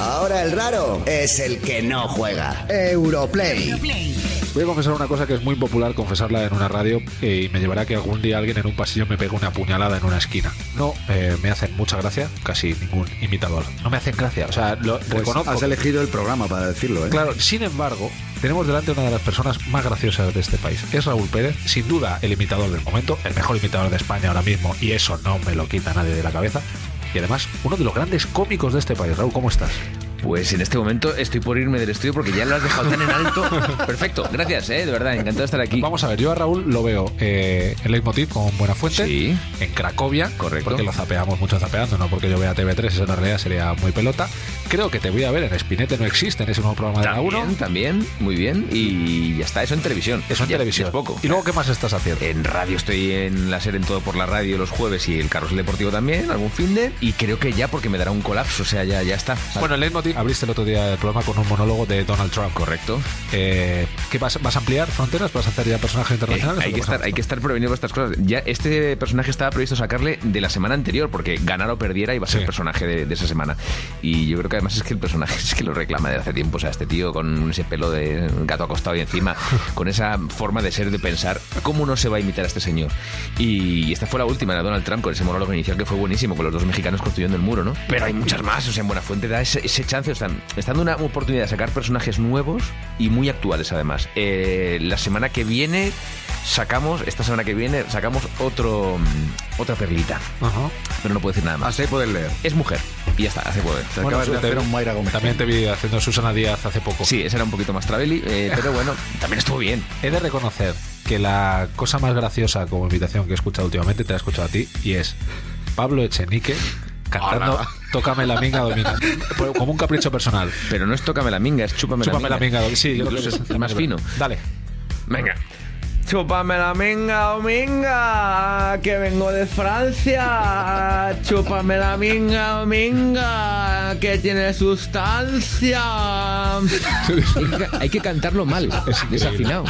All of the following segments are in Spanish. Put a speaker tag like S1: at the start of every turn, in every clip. S1: Ahora el raro es el que no juega. Europlay.
S2: Voy a confesar una cosa que es muy popular confesarla en una radio eh, y me llevará a que algún día alguien en un pasillo me pegue una puñalada en una esquina. No eh, me hacen mucha gracia, casi ningún imitador. No me hacen gracia, o sea, lo
S3: Pues
S2: reconozco.
S3: has elegido el programa para decirlo, ¿eh?
S2: Claro, sin embargo, tenemos delante una de las personas más graciosas de este país. Es Raúl Pérez, sin duda el imitador del momento, el mejor imitador de España ahora mismo, y eso no me lo quita nadie de la cabeza. Y además, uno de los grandes cómicos de este país. Raúl, ¿cómo estás?
S4: Pues en este momento estoy por irme del estudio porque ya lo has dejado tan en alto. Perfecto, gracias, ¿eh? de verdad, encantado de estar aquí.
S2: Vamos a ver, yo a Raúl lo veo eh, en Leitmotiv con Buena Fuente,
S4: Sí.
S2: en Cracovia,
S4: Correcto.
S2: porque lo zapeamos mucho zapeando, no porque yo vea TV3, eso en realidad sería muy pelota. Creo que te voy a ver en Espinete, no existe en ese nuevo programa de la 1.
S4: También, también, muy bien. Y ya está, eso en televisión.
S2: Eso en
S4: Ya- ya
S2: televisión.
S4: es poco. Eh,
S2: ¿Y luego qué más estás haciendo?
S4: En radio estoy en la serie en todo por la radio los jueves y el carrusel deportivo también, algún fin de. Y creo que ya porque me dará un colapso, o sea, ya, ya está.
S2: Bueno, el Leitmotiv abriste el otro día el programa con un monólogo de Donald Trump.
S4: correcto.
S2: Eh, ¿Qué vas, vas a ampliar fronteras? ¿Vas a hacer ya personajes
S4: Eh,
S2: internacionales?
S4: hay,
S2: o
S4: que
S2: qué vas a
S4: estar, hay
S2: hacer?
S4: que estar prevenido para estas cosas. Ya este personaje estaba previsto sacarle de la semana anterior, porque ganar o perdiera iba a ser
S2: Sí.
S4: el personaje de, de esa semana. Y yo creo que además es que el personaje es que lo reclama desde hace tiempo. O sea, este tío con ese pelo de gato acostado y encima, con esa forma de ser, de pensar, ¿cómo no se va a imitar a este señor? Y esta fue la última, la de Donald Trump, con ese monólogo inicial que fue buenísimo, con los dos mexicanos construyendo el muro, ¿no? Pero hay muchas más, o sea, en Buena Fuente da ese, ese chance, o sea, está dando una oportunidad de sacar personajes nuevos y muy actuales además. Eh, la semana que viene sacamos, esta semana que viene, sacamos otro mm, otra perlita.
S2: Ajá.
S4: Pero no puedo decir nada más.
S3: Hasta ahí Ah, puedes leer.
S4: Es mujer. Y ya está, hace jueves.
S3: Te
S2: Bueno,
S3: acabas de
S2: sí, te-
S3: hacer un Mayra Gómez.
S2: También te vi haciendo Susana Díaz hace poco.
S4: Sí, ese era un poquito más Traveli, eh, pero bueno, también estuvo bien.
S2: He de reconocer que la cosa más graciosa como invitación que he escuchado últimamente te la he escuchado a ti y es Pablo Echenique cantando
S4: Hola.
S2: Tócame la minga domina. Pero Como un capricho personal.
S4: Pero no es tócame la minga, es chúpame,
S2: Chúpame la minga domina. Sí, yo creo que
S4: Incluso
S2: es-
S4: es más fino.
S2: Dale.
S4: Venga. Chúpame la minga, dominga, que vengo de Francia. Chúpame la minga, dominga, que tiene sustancia. Hay que cantarlo mal, desafinado.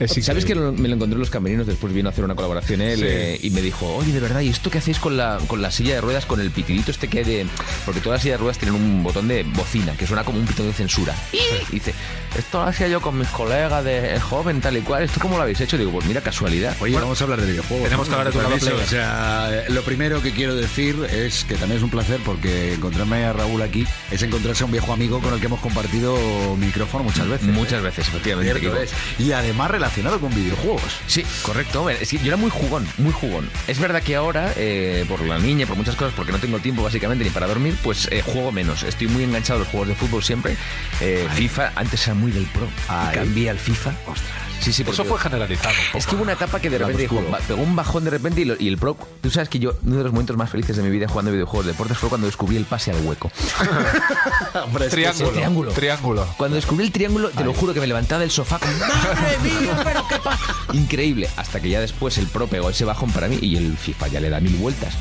S2: Es increíble.
S4: ¿Sabes que lo- me lo encontré en los camerinos? Después vino a hacer una colaboración él
S2: Sí.
S4: eh, y me dijo, oye, de verdad, ¿y esto qué hacéis con la, con la silla de ruedas, con el pitidito este que hay de...? Porque todas las sillas de ruedas tienen un botón de bocina que suena como un pitón de censura. Y dice, esto lo hacía yo con mis colegas de joven, tal y cual. ¿Esto cómo lo habéis hecho? Digo, pues mira, casualidad.
S3: Oye, vamos a hablar de videojuegos.
S2: tenemos que
S3: ¿no?
S2: hablar de tu
S3: Permiso,
S2: lado
S3: O sea, eh, lo primero que quiero decir es que también es un placer porque encontrarme a Raúl aquí es encontrarse a un viejo amigo con el que hemos compartido micrófono muchas veces. ¿eh?
S4: Muchas veces, efectivamente.
S3: Cierto
S4: Kiko.
S3: es. Y además relacionado con videojuegos.
S4: Sí, correcto. Hombre, Es que yo era muy jugón, muy jugón. Es verdad que ahora, eh, por la niña, por muchas cosas, porque no tengo tiempo básicamente ni para dormir, pues eh, juego menos. Estoy muy enganchado a los juegos de fútbol siempre. Eh, FIFA, antes era muy del pro. Y
S3: Ay.
S4: cambié al FIFA. Ostras. Sí, sí,
S2: Eso
S4: porque-
S2: fue generalizado. un poco.
S4: Es que hubo una etapa que de
S3: Era
S4: repente dijo,
S3: oscuro.
S4: "Va, pegó un bajón de repente y, lo- y el pro. Tú sabes que yo, uno de los momentos más felices de mi vida jugando videojuegos de deportes fue cuando descubrí el pase al hueco.
S3: Hombre, este es que
S2: triángulo,
S3: sí.
S4: triángulo.
S2: Triángulo.
S4: Cuando descubrí el triángulo, te lo juro que me levantaba del sofá. con, ¡Madre mía, pero qué pasa! Increíble. Hasta que ya después el pro pegó ese bajón para mí y el FIFA ya le da mil vueltas.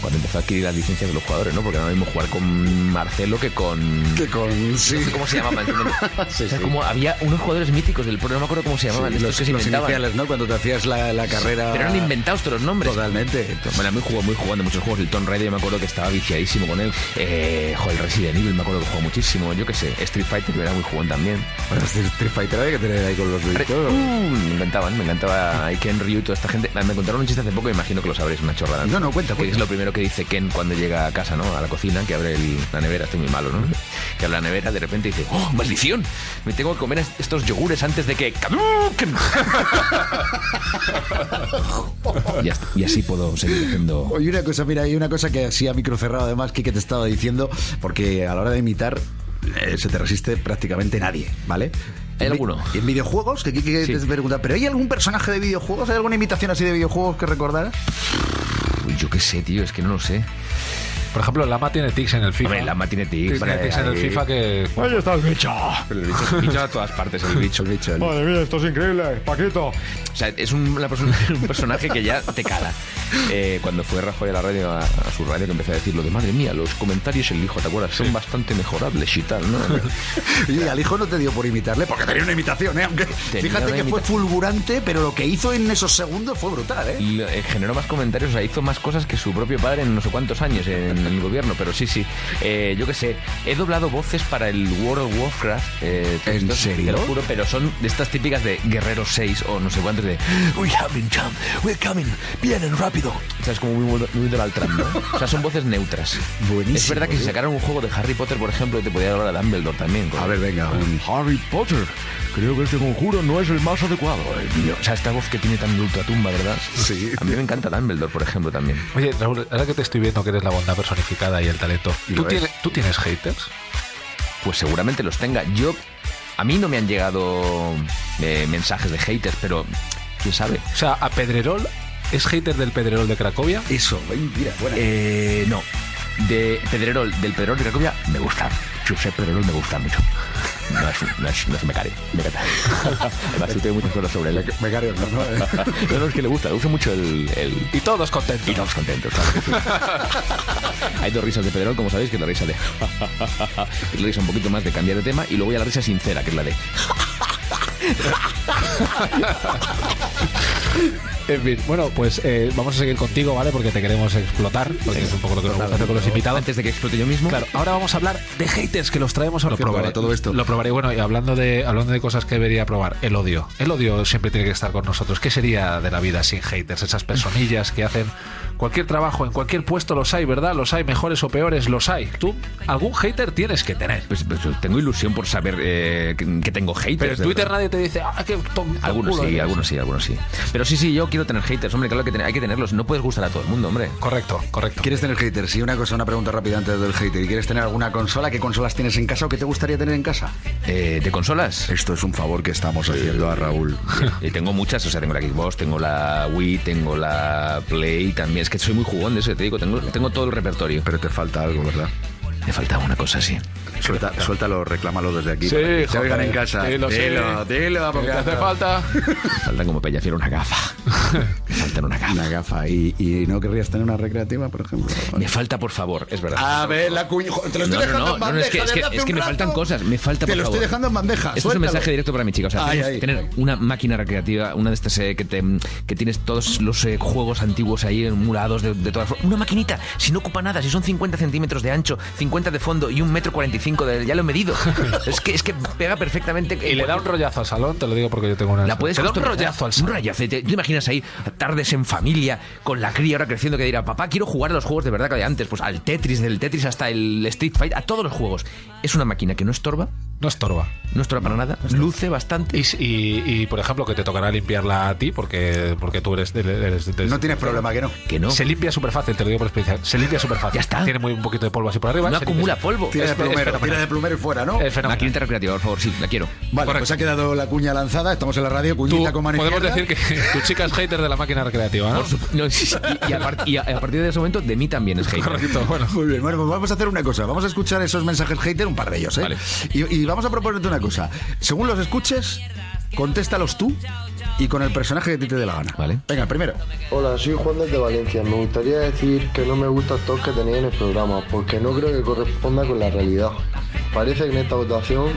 S4: Cuando empezó a adquirir las licencias de los jugadores, ¿no? Porque no es lo mismo jugar con Marcelo que con.
S3: Que con... Sí.
S4: No sé cómo se llamaban. ¿entiendes?
S3: Sí,
S4: O sea,
S3: sí.
S4: como había unos jugadores míticos del pro, no me acuerdo cómo se llamaban.
S3: Sí,
S4: estos
S3: los,
S4: que se
S3: los
S4: inventaban.
S3: iniciales, Pues, ¿no? Cuando te hacías la, la carrera...
S4: Pero eran inventados todos los nombres.
S3: Totalmente.
S4: Bueno, muy jugó, muy jugando muchos juegos. El Tomb Raider, yo me acuerdo que estaba viciadísimo con él. Eh, jo, el Resident Evil, me acuerdo que jugó muchísimo. Yo qué sé, Street Fighter, que era muy jugón también.
S3: Bueno, este Street Fighter había que tener ahí con los deditos.
S4: Uh, me encantaban, me encantaba Ken Ryu, toda esta gente. Me contaron un chiste hace poco, me imagino que lo sabréis, una chorrada.
S3: No, no, cuenta,
S4: Que
S3: cuenta.
S4: es lo primero que dice Ken cuando llega a casa, ¿no? A la cocina, que abre el- la nevera, estoy muy malo, ¿no? Que abre la nevera, de repente dice, ¡oh, maldición! Me tengo que comer est- estos yogures antes de que... caduquen". y, hasta- y así puedo seguir haciendo...
S3: Oye, una cosa, mira, hay una cosa que así a micro cerrado además que, que te estaba diciendo, porque a la hora de imitar eh, se te resiste prácticamente nadie, ¿vale?
S4: Hay
S3: En vi-
S4: alguno.
S3: En videojuegos, que, que, que
S4: Sí.
S3: te pregunta, ¿pero hay algún personaje de videojuegos? ¿Hay alguna imitación así de videojuegos que recordar?
S4: Uy, yo qué sé, tío, es que no lo sé.
S2: Por ejemplo, Lama tiene tics en el FIFA.
S4: Hombre, Lama tiene
S2: Tiene
S4: tics, hombre,
S2: tics en el
S4: ahí.
S2: FIFA que...
S4: Pero el bicho, el bicho a todas partes, el bicho.
S3: El bicho, el-
S5: Madre mía, esto es increíble, Paquito.
S4: O sea, es un, una persona- un personaje que ya te cala. Eh, cuando fue Rajoy a la radio, a, a su radio, que empezó a decir lo de madre mía, los comentarios el hijo, ¿te acuerdas? Son bastante mejorables y tal, ¿no?
S3: Y al hijo no te dio por imitarle, porque tenía una imitación, ¿eh? Aunque, fíjate
S4: una
S3: que fue
S4: imitación.
S3: fulgurante, pero lo que hizo en esos segundos fue brutal, ¿eh?
S4: Y, eh, generó más comentarios, o sea, hizo más cosas que su propio padre en no sé cuántos años en, el gobierno, pero sí, sí. Eh, yo qué sé, he doblado voces para el World of Warcraft. eh,
S3: ¿En
S4: textos,
S3: serio?
S4: Te lo juro, pero son de estas típicas de Guerrero 6 o no sé cuántos de We have been jump, we're coming, vienen rápido. O sea, es como muy, muy Donald Trump, ¿no? O sea, son voces neutras.
S3: Buenísimo,
S4: Es verdad que si
S3: ¿eh?
S4: sacaran un juego de Harry Potter, por ejemplo, te podía hablar a Dumbledore también. con-
S3: A ver, venga. un-
S5: Harry Potter, creo que este conjuro no es el más adecuado. eh,
S4: O sea, esta voz que tiene tan de ultratumba, ¿verdad?
S3: Sí.
S4: A mí me encanta Dumbledore, por ejemplo, también.
S2: Oye, Raúl, ahora que te estoy viendo que eres la bondad personificada y el talento,
S3: Y
S2: ¿tú
S3: lo es.
S2: tienes, ¿tú tienes haters?
S4: pues seguramente los tenga. Yo, a mí no me han llegado eh, mensajes de haters, pero quién sabe.
S2: O sea, a Pedrerol, ¿es hater del Pedrerol de Cracovia?
S3: Eso, ven, mira, buena.
S4: Eh, no. De Pedrerol, del Pedrerol de Cracovia, me gusta. Josep Pedrerol me gusta mucho. No es, no es, no es Becari, me encanta. Además, yo tengo muchas cosas sobre él.
S3: me cargo, ¿no?
S4: No, no, es que le gusta, le gusta mucho el, el,
S2: Y todos contentos.
S4: Y todos contentos, claro que sí. Hay dos risas de Pedrerol, como sabéis, que es la risa de... que es la risa un poquito más de cambiar de tema. Y luego hay la risa sincera, que es la de...
S2: En fin, bueno, pues eh, vamos a seguir contigo, ¿vale? Porque te queremos explotar, porque es un poco lo que nos gusta hacer con los invitados.
S4: Antes de que explote yo mismo.
S2: Claro, ahora vamos a hablar de haters que los traemos a
S3: Lo probará todo esto.
S2: Lo probaré. Bueno, y hablando de, hablando de cosas que debería probar, el odio. El odio siempre tiene que estar con nosotros. ¿Qué sería de la vida sin haters? Esas personillas que hacen cualquier trabajo, en cualquier puesto los hay, ¿verdad? Los hay, mejores o peores, los hay. Tú, algún hater tienes que tener.
S4: Pues, pues, tengo ilusión por saber eh, que, que tengo haters.
S2: Pero en
S4: de
S2: Twitter
S4: verdad.
S2: nadie te dice, ah, qué ¿eh? tonto.
S4: Algunos sí,
S3: ¿eh?
S4: algunos sí, algunos sí. Pero sí, sí, yo quiero tener haters, hombre, claro que ten- hay que tenerlos. No puedes gustar a todo el mundo, hombre.
S2: Correcto, correcto.
S3: ¿Quieres tener haters? Sí, una cosa, una pregunta rápida antes del hater. ¿Y quieres tener alguna consola? ¿Qué consolas tienes en casa o qué te gustaría tener en casa?
S4: Eh, ¿De consolas?
S3: Esto es un favor que estamos haciendo a Raúl.
S4: Eh, tengo muchas, o sea, tengo la Xbox, tengo la Wii, tengo la Play también. Es que soy muy jugón de eso, te digo, tengo, tengo todo el repertorio.
S3: Pero te falta algo, ¿verdad?
S4: Me faltaba una cosa así.
S3: Suelta- suéltalo, reclámalo desde aquí.
S2: Sí,
S3: para que te
S2: joder,
S3: oigan en casa.
S2: dilo, sí.
S3: dilo, dilo, porque
S2: falta?
S4: Falta como Peñafiel una gafa. Me faltan una gafa.
S3: Una gafa. ¿Y, y no querrías tener una recreativa, por ejemplo?
S4: Me falta, por favor, es verdad.
S3: A ver, la cuña. Te lo estoy
S4: No, no,
S3: dejando
S4: no,
S3: en
S4: no,
S3: bandeja.
S4: no, es que- es
S3: desde
S4: que-
S3: hace
S4: es que
S3: un
S4: me
S3: rato.
S4: faltan cosas, me falta,
S3: Te
S4: por
S3: lo estoy
S4: favor.
S3: dejando en bandeja.
S4: Esto es un
S3: suéltalo.
S4: mensaje directo para mi chica. O sea,
S3: Ay,
S4: tenemos-
S3: ay.
S4: tener una máquina recreativa, una de estas eh, que, te, que tienes todos los eh, juegos antiguos ahí emulados de, de todas formas. Una maquinita, si no ocupa nada, si son 50 centímetros de ancho, 50 de fondo y un metro 45 de... Ya lo he medido. es, que, es que pega perfectamente.
S2: Y le da un rollazo al salón, te lo digo porque yo tengo una.
S4: La puedes
S2: Te da un
S4: customizar.
S2: rollazo al
S4: Un
S2: salón.
S4: rollazo. ¿Te, te imaginas ahí tardes en familia con la cría ahora creciendo que dirá, papá, quiero jugar a los juegos de verdad que había antes. Pues al Tetris, del Tetris hasta el Street Fight, a todos los juegos. Es una máquina que no estorba,
S2: No estorba.
S4: no estorba para nada, luce bastante.
S2: Y, si- y- y, por ejemplo, que te tocará limpiarla a ti porque, porque tú eres. eres- eres-
S3: No tienes problema, que no.
S4: Que no.
S2: Se limpia súper fácil, te lo digo por experiencia. Se limpia súper fácil.
S4: Ya está.
S2: Tiene muy un poquito de polvo así por arriba.
S4: no
S2: se
S4: acumula
S2: limpia.
S4: polvo.
S3: Tira de
S2: Es- es
S3: plumero,
S2: fenomenal.
S3: tira de plumero y fuera, ¿no?
S2: Es fenomenal.
S4: Maquinita recreativa, por favor, sí, la quiero.
S3: Vale,
S2: Correcto.
S3: pues ha quedado la cuña lanzada. Estamos en la radio,
S2: Tú-
S3: cuñita con mano
S2: podemos
S3: izquierda.
S2: decir que tu chica es hater de la máquina recreativa, ¿no?
S4: Por supuesto. No, sí, sí. y, y a par- y a, a partir de ese momento, de mí también es hater.
S2: Correcto, bueno.
S3: Muy bien, bueno, pues vamos a hacer una cosa. Vamos a escuchar esos mensajes hater, un par de ellos, ¿eh?
S4: Vale.
S3: Y, y vamos a proponerte una cosa. Según los escuches, contéstalos tú y con el personaje que a ti te dé la gana.
S4: Vale.
S3: Venga, primero.
S6: Hola, soy Juan desde Valencia. Me gustaría decir que no me gusta el toque que tenéis en el programa, porque no creo que corresponda con la realidad. Parece que en esta votación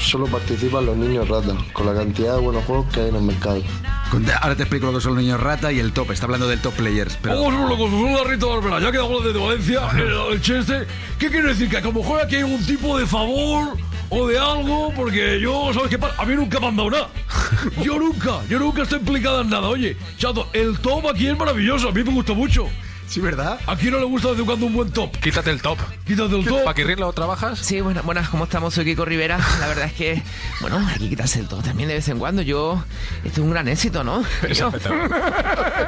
S6: solo participan los niños ratas, con la cantidad de buenos juegos que hay en el mercado.
S3: Conte- Ahora te explico lo que son los niños rata y el top. Está hablando del top players.
S4: Oh.
S3: Pero...
S5: Ya que hablamos de Valencia, el, el chiste, ¿qué quiere decir? Que a lo mejor aquí hay un tipo de favor o de algo, porque yo, ¿sabes qué pasa? A mí nunca me han dado nada. Yo nunca, yo nunca estoy implicada en nada. Oye, chato, el top aquí es maravilloso, a mí me gusta mucho.
S3: Sí, ¿verdad?
S5: ¿A quién no le gusta de vez en cuando un buen top?
S2: Quítate el top.
S5: Quítate el top.
S2: ¿Para que lo trabajas?
S7: Sí, bueno, buenas, ¿cómo estamos? Soy Kiko Rivera. La verdad es que, bueno, hay que quitarse el todo también de vez en cuando. Yo, esto es un gran éxito, ¿no? Yo-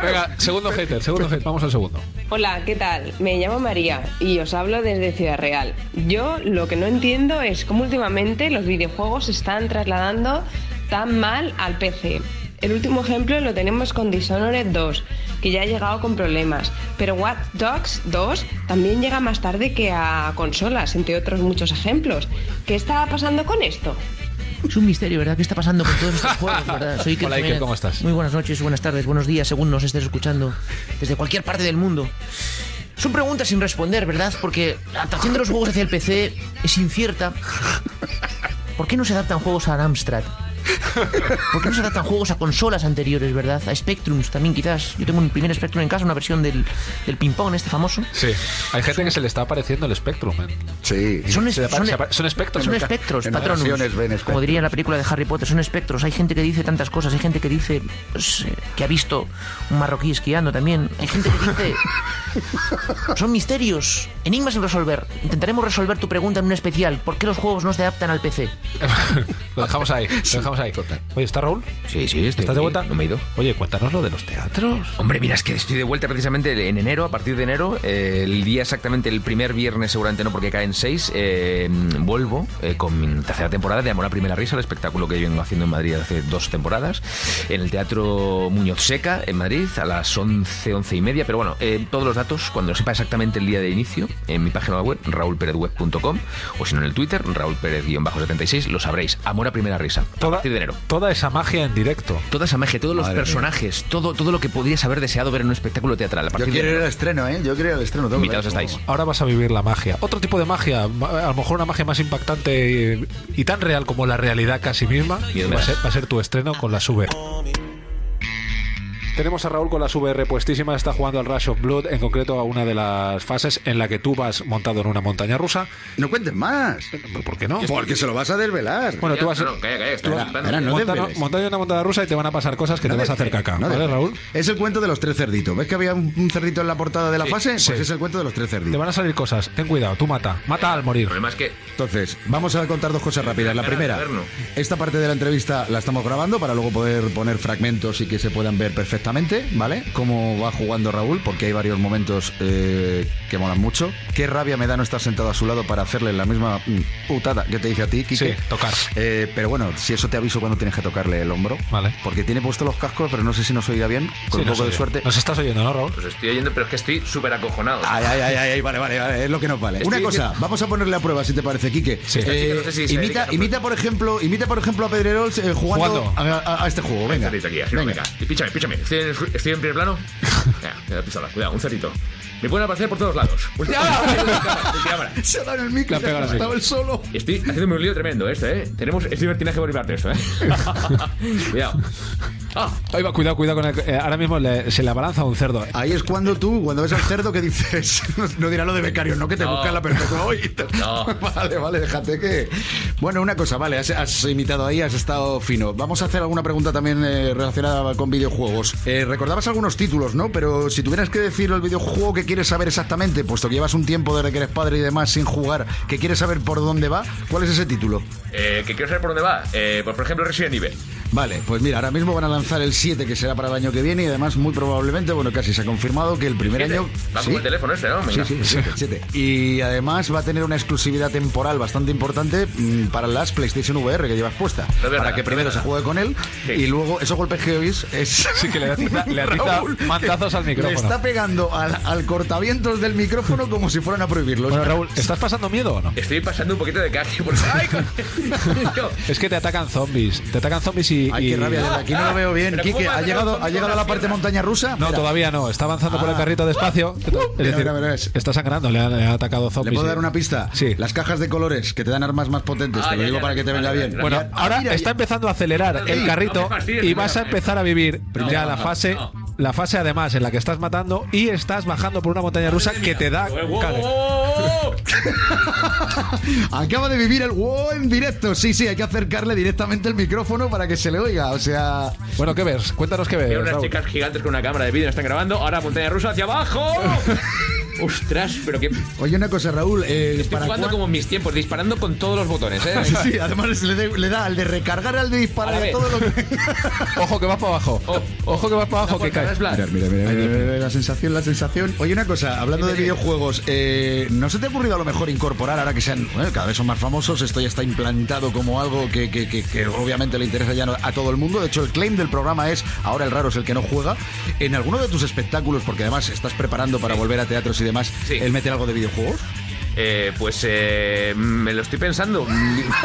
S2: Venga, segundo hater, segundo hater. Vamos al segundo.
S8: Hola, ¿qué tal? Me llamo María y os hablo desde Ciudad Real. Yo lo que no entiendo es cómo últimamente los videojuegos se están trasladando tan mal al PC. El último ejemplo lo tenemos con Dishonored 2, que ya ha llegado con problemas. Pero Watch Dogs 2 también llega más tarde que a consolas, entre otros muchos ejemplos. ¿Qué está pasando con esto?
S4: Es un misterio, ¿verdad? ¿Ququé está pasando con todos estos juegos, verdad? Soy Iker
S2: Hola, Iker,
S4: Jiménez.
S2: ¿cómo estás?
S4: Muy buenas noches, buenas tardes, buenos días, según nos estés escuchando, desde cualquier parte del mundo. Son preguntas sin responder, ¿verdad? Porque la adaptación de los juegos hacia el PC es incierta. ¿Por qué no se adaptan juegos a Amstrad? ¿Por qué no se adaptan juegos a consolas anteriores, verdad? A Spectrums también, quizás. Yo tengo un primer Spectrum en casa, una versión del, del ping-pong, este famoso.
S2: Sí. Hay gente que se le está apareciendo el Spectrum. ¿eh?
S3: Sí.
S4: Son, es-
S2: Se le apa-
S4: son-
S2: se apa- son espectros.
S4: Son
S2: ¿no?
S4: espectros,
S3: en
S4: patronos.
S3: ocasiones ven espectros.
S4: Como diría la película de Harry Potter, son espectros. Hay gente que dice tantas cosas. Hay gente que dice pues, eh, que ha visto un marroquí esquiando también. Hay gente que dice. son misterios, enigmas sin resolver. Intentaremos resolver tu pregunta en un especial. ¿Por qué los juegos no se adaptan al PC?
S2: lo dejamos ahí. Lo dejamos ahí. Oye, ¿está Raúl?
S9: Sí, sí, estoy
S2: ¿Estás de
S9: aquí.
S2: vuelta?
S9: No me he ido.
S2: Oye, cuéntanos lo de los teatros.
S9: Hombre, mira, es que estoy de vuelta precisamente en enero, a partir de enero, eh, el día exactamente, el primer viernes seguramente no, porque caen seis, eh, vuelvo eh, con mi tercera temporada de Amor a Primera Risa, el espectáculo que vengo haciendo en Madrid hace dos temporadas, en el Teatro Muñoz Seca, en Madrid, a las 11, 11 y media, pero bueno, eh, todos los datos, cuando lo sepa exactamente el día de inicio, en mi página web, raúlperezweb.com, o si no en el Twitter, raúlperez-76, lo sabréis, Amor a Primera Risa, a
S2: Toda,
S9: partir de enero
S2: toda esa magia en directo.
S9: toda esa magia, todos los personajes, todo, todo lo que podrías haber deseado ver en un espectáculo teatral. A
S3: Yo
S9: partir
S3: quiero
S9: de
S3: ir al
S9: enero.
S3: estreno, ¿eh? Yo quiero ir al estreno. tengo que
S9: Invitados
S3: ver cómo-
S9: estáis.
S2: Ahora vas a vivir la magia. Otro tipo de magia, ma- a lo mejor una magia más impactante y, y tan real como la realidad casi misma.
S9: Miedo me
S2: Va a,
S9: das.
S2: ser, va a ser tu estreno con la sube. Tenemos a Raúl con la VR puestísima, está jugando al Rush of Blood, en concreto a una de las fases en la que tú vas montado en una montaña rusa.
S3: No cuentes más.
S2: ¿Por qué no?
S3: Porque se lo vas a desvelar.
S2: Bueno, tú vas
S9: No, no, calla, calla, está
S2: tú vas-
S9: flipando.
S3: Espera, no
S2: montado-
S3: desveles.
S2: montado en una montaña rusa y te van a pasar cosas que te vas a hacer caca.
S3: No
S2: Ah, ¿Vale,
S3: desveles.
S2: Raúl?
S3: Es el cuento de los tres cerditos. ¿Ves que había un un cerdito en la portada de la fase? Pues
S2: sí.
S3: es el cuento de los tres
S2: Te
S3: cerditos.
S2: van a salir cosas. Ten cuidado, tú mata. Mata al
S9: El
S2: morir.
S9: problema es que
S3: Entonces, vamos a contar dos cosas rápidas. La
S9: Espera,
S3: primera,
S9: Alberno.
S3: esta parte de la entrevista la estamos grabando para luego poder poner fragmentos y que se puedan ver perfectamente, ¿vale? Cómo va jugando Raúl, porque hay varios momentos eh, que molan mucho. Qué rabia me da no estar sentado a su lado para hacerle la misma mm, putada que te hice a ti, Kike.
S2: Sí, tocar.
S3: Eh, pero bueno, si eso te aviso cuando tienes que tocarle el hombro.
S2: Vale.
S3: Porque tiene puesto los cascos, pero no sé si nos oirá bien. Con
S2: Sí,
S3: un
S2: nos
S3: poco de
S2: oye.
S3: suerte.
S2: Nos estás oyendo, ¿no, Raúl?
S9: os Pues estoy oyendo, pero es que estoy súper acojonado.
S3: Ay, ay, ay, ay, ay, vale, vale, vale, es lo que nos vale.
S9: Estoy
S3: Una cosa,
S9: diciendo-
S3: vamos a ponerle a prueba, si te parece, Quique.
S2: Sí. Esta
S9: chica no sé si se dedica
S3: imita,
S9: a-
S3: imita, por ejemplo, imita, por ejemplo, a Pedrerol eh, jugando,
S2: Jugando.
S3: A, a- a este juego. Venga,
S9: Un cerdito aquí, así, venga. Y píchame, píchame. Estoy en, estoy en primer plano. Venga, me da pistola. Cuidado, un cerdito. Me pueden aparecer por todos lados. ¡Cámara!
S3: Se ha dado en el micro,
S2: La
S3: se
S2: pega
S3: ha
S2: la
S3: asustado
S2: pega.
S3: el solo.
S9: Estoy haciéndome un lío tremendo esto, ¿eh? Tenemos, es libertinaje por mi parte esto, ¿eh? Cuidado. Ah,
S2: Ahí va, cuidado, cuidado con el- eh, ahora mismo le- se le abalanza un cerdo.
S3: Ahí es cuando tú, cuando ves al cerdo, que dices, no, no dirá lo de becario, no que te
S9: No.
S3: buscan la perpetua hoy.
S9: No.
S3: Vale, vale, déjate que. Bueno, una cosa, vale, has, has imitado ahí, has estado fino. Vamos a hacer alguna pregunta también eh, relacionada con videojuegos. Eh, recordabas algunos títulos, ¿no? Pero si tuvieras que decir el videojuego que quieres saber exactamente, puesto que llevas un tiempo desde que eres padre y demás sin jugar, que quieres saber por dónde va, ¿cuál es ese título?
S9: Eh, que quiero saber por dónde va. Eh, pues, por ejemplo, Resident Evil.
S3: Vale, pues mira, ahora mismo van a lanzar el 7, que será para el año que viene, y además, muy probablemente, bueno, casi se ha confirmado que el primer
S9: Siete.
S3: año.
S9: Va
S3: ¿Sí?
S9: como el teléfono este, ¿no?
S3: Sí,
S9: Venga.
S3: sí, siete, siete. Y además va a tener una exclusividad temporal bastante importante mm, para las PlayStation VR que llevas puesta.
S9: No veo
S3: para
S9: nada,
S3: que
S9: no
S3: primero
S9: veo
S3: se
S9: nada.
S3: juegue con él
S9: Sí.
S3: y luego esos golpes que oís es.
S2: Sí, que le atiza- le atiza
S3: Raúl,
S2: mantazos al micrófono.
S3: Le está pegando al, al cortavientos del micrófono como si fueran a prohibirlo.
S2: Bueno, Raúl, ¿estás pasando miedo o no?
S9: Estoy pasando un poquito de caje por ¡Ay, coño!
S2: Es que te atacan zombies. Te atacan zombies y.
S3: Ay, qué
S2: y-
S3: rabia, desde aquí no lo veo bien.
S9: Pero ¿cómo
S3: Quique,
S9: va a
S3: ¿ha
S9: tener
S3: llegado,
S9: razón
S3: ¿ha
S9: con
S3: llegado a
S9: las
S3: la parte
S9: piernas?
S3: montaña rusa?
S2: No,
S3: Mira,
S2: todavía no. Está avanzando
S3: Ah.
S2: por el carrito despacio. Es decir,
S3: mira, mira, es-
S2: está sangrando. Le han, le han atacado
S3: ¿Le
S2: zombies.
S3: puedo
S2: y-
S3: dar una pista?
S2: Sí.
S3: Las cajas de colores que te dan armas más potentes,
S9: Ah,
S3: te lo
S9: ya,
S3: digo
S9: ya,
S3: para que te
S9: vale,
S3: venga
S9: vale,
S3: bien.
S9: vale.
S2: Bueno,
S3: Mira, ah,
S2: ahora
S3: mira,
S2: está
S3: ya-
S2: empezar empezando a acelerar
S9: Sí,
S2: el
S9: no
S2: carrito
S9: me fastidies,
S2: y
S9: no me
S2: vas a
S9: fastidies.
S2: empezar a vivir
S9: No,
S2: ya
S9: no,
S2: la
S9: no,
S2: fase,
S9: no.
S2: la fase además en la que estás matando y estás bajando por una montaña rusa que te da
S9: ¡Wow,
S2: un
S9: wow,
S2: cague.
S9: wow!
S3: Acaba de vivir el wow en directo. Sí, sí, hay que acercarle directamente el micrófono para que se le oiga. O sea,
S2: Bueno, ¿qué ves? Cuéntanos qué
S9: Hay
S2: ves.
S9: unas
S2: Raúl.
S9: chicas gigantes con una cámara de vídeo, nos están grabando. Ahora montaña rusa hacia abajo. Ostras, pero que estoy
S3: oye una cosa, Raúl. eh, ¿para
S9: jugando
S3: cuán-
S9: como en mis tiempos, disparando con todos los botones, ¿eh?
S3: Sí, sí, además le, de- le da al de recargar, al de disparar,
S9: A la
S3: a
S9: vez.
S3: todo lo que.
S2: Ojo que vas para abajo.
S9: Oh, oh.
S2: Ojo que vas para abajo que
S9: Porque ahora
S2: caes.
S9: es Blas.
S3: Mira, mira, mira, mira, mira, la sensación, la sensación. Oye, una cosa, hablando de videojuegos, eh, ¿no se te ha ocurrido a lo mejor incorporar, ahora que sean bueno, cada vez son más famosos, esto ya está implantado como algo que, que- que- que obviamente le interesa ya no- a todo el mundo? De hecho, el claim del programa es, ahora el raro es el que no juega, en alguno de tus espectáculos, porque además estás preparando para volver a teatros y demás,
S9: Sí.
S3: el meter algo de videojuegos.
S9: Eh, pues eh, me lo estoy pensando.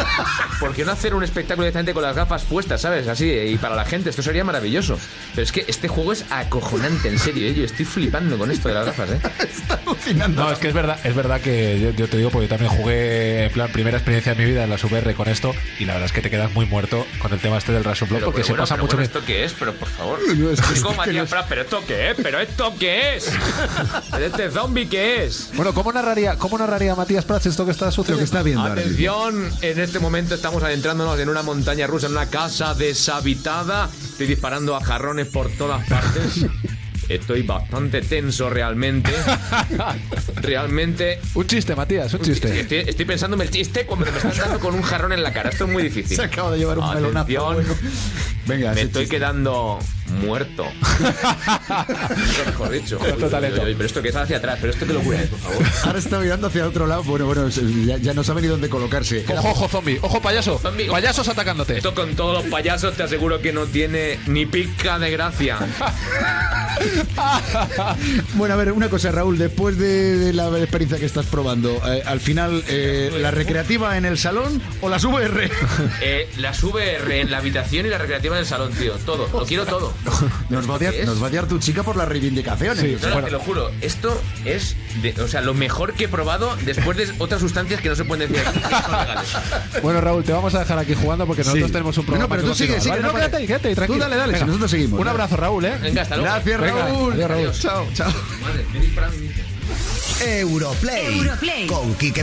S9: ¿Por qué no hacer un espectáculo directamente con las gafas puestas, sabes? Así, eh, y para la gente, esto sería maravilloso. Pero es que este juego es acojonante, en serio, ¿eh? yo estoy flipando con esto de las gafas, ¿eh?
S3: Está alucinando.
S2: No, es que es verdad, es verdad que yo, yo te digo, porque yo también jugué en plan primera experiencia de mi vida en la VR con esto, y la verdad es que te quedas muy muerto con el tema este del Rasuplón,
S9: Pero,
S2: porque
S9: pero
S2: se
S9: bueno,
S2: pasa
S9: pero
S2: mucho
S9: bueno,
S2: bien.
S9: ¿Esto qué es? Pero por favor.
S3: No, es que
S9: Digo,
S3: es que
S9: Matías
S3: no es-
S9: Prat, ¿pero esto qué es? ¿Pero esto qué es? ¿Pero ¿Este zombie qué es?
S2: Bueno, ¿cómo narraría, cómo narraría Matías Prats esto que está
S3: Lo
S2: sucediendo?
S3: que está viendo ahora mismo.
S9: Atención, en este momento estamos adentrándonos en una montaña rusa, en una casa deshabitada. Estoy disparando a jarrones por todas partes. Estoy bastante tenso realmente. Realmente.
S2: Un chiste, Matías, un
S9: Sí,
S2: chiste.
S9: Estoy, estoy pensándome el chiste cuando me están dando con un jarrón en la cara. Esto es muy difícil.
S3: Se acaba de llevar un melonazo.
S9: Atención.
S3: bueno. Venga,
S9: Me
S3: ese
S9: estoy
S3: chiste.
S9: quedando muerto. Eso mejor dicho.
S2: Corto talento.
S9: pero esto que está hacia atrás, pero esto que locura es, por favor.
S3: Ahora está mirando hacia otro lado. Bueno, bueno, se- ya, ya no sabe ni dónde colocarse.
S2: Ojo, ojo, zombie. Ojo, payaso.
S9: Zombi, ojo.
S2: Payasos atacándote.
S9: Esto con todos los payasos te aseguro que no tiene ni pica de gracia.
S3: Bueno, a ver, una cosa, Raúl. Después de, de la experiencia que estás probando, eh, al final, eh, ¿la recreativa en el salón o las VR?
S9: Eh, las VR en la habitación y la recreativa en el salón, tío. Todo. Lo quiero todo.
S3: Nos va, a
S9: ¿Qué
S3: odiar,
S9: es?
S3: nos va a odiar tu chica por las reivindicaciones.
S2: Sí.
S9: No, no, te lo juro, esto es de- o sea, lo mejor que he probado después de otras sustancias que no se pueden decir aquí, que son legales.
S2: Bueno, Raúl, te vamos a dejar aquí jugando porque nosotros
S3: Sí.
S2: tenemos un
S3: No,
S2: programa.
S3: pero
S2: que
S3: tú sigue,
S2: continuar,
S3: sigue,
S2: ¿vale?
S3: no
S2: No,
S3: pare-
S2: quédate, quédate,
S3: Tú
S2: tranquilo.
S3: dale, dale,
S2: Venga.
S3: si nosotros seguimos,
S2: Un
S3: dale.
S2: abrazo, Raúl, ¿eh?
S9: Venga, hasta luego.
S3: Gracias,
S2: Venga,
S3: Raúl.
S2: adiós, Raúl.
S3: Chao, chao.
S9: Madre, me disparan.
S8: Europlay,
S10: Europlay.
S8: con Quique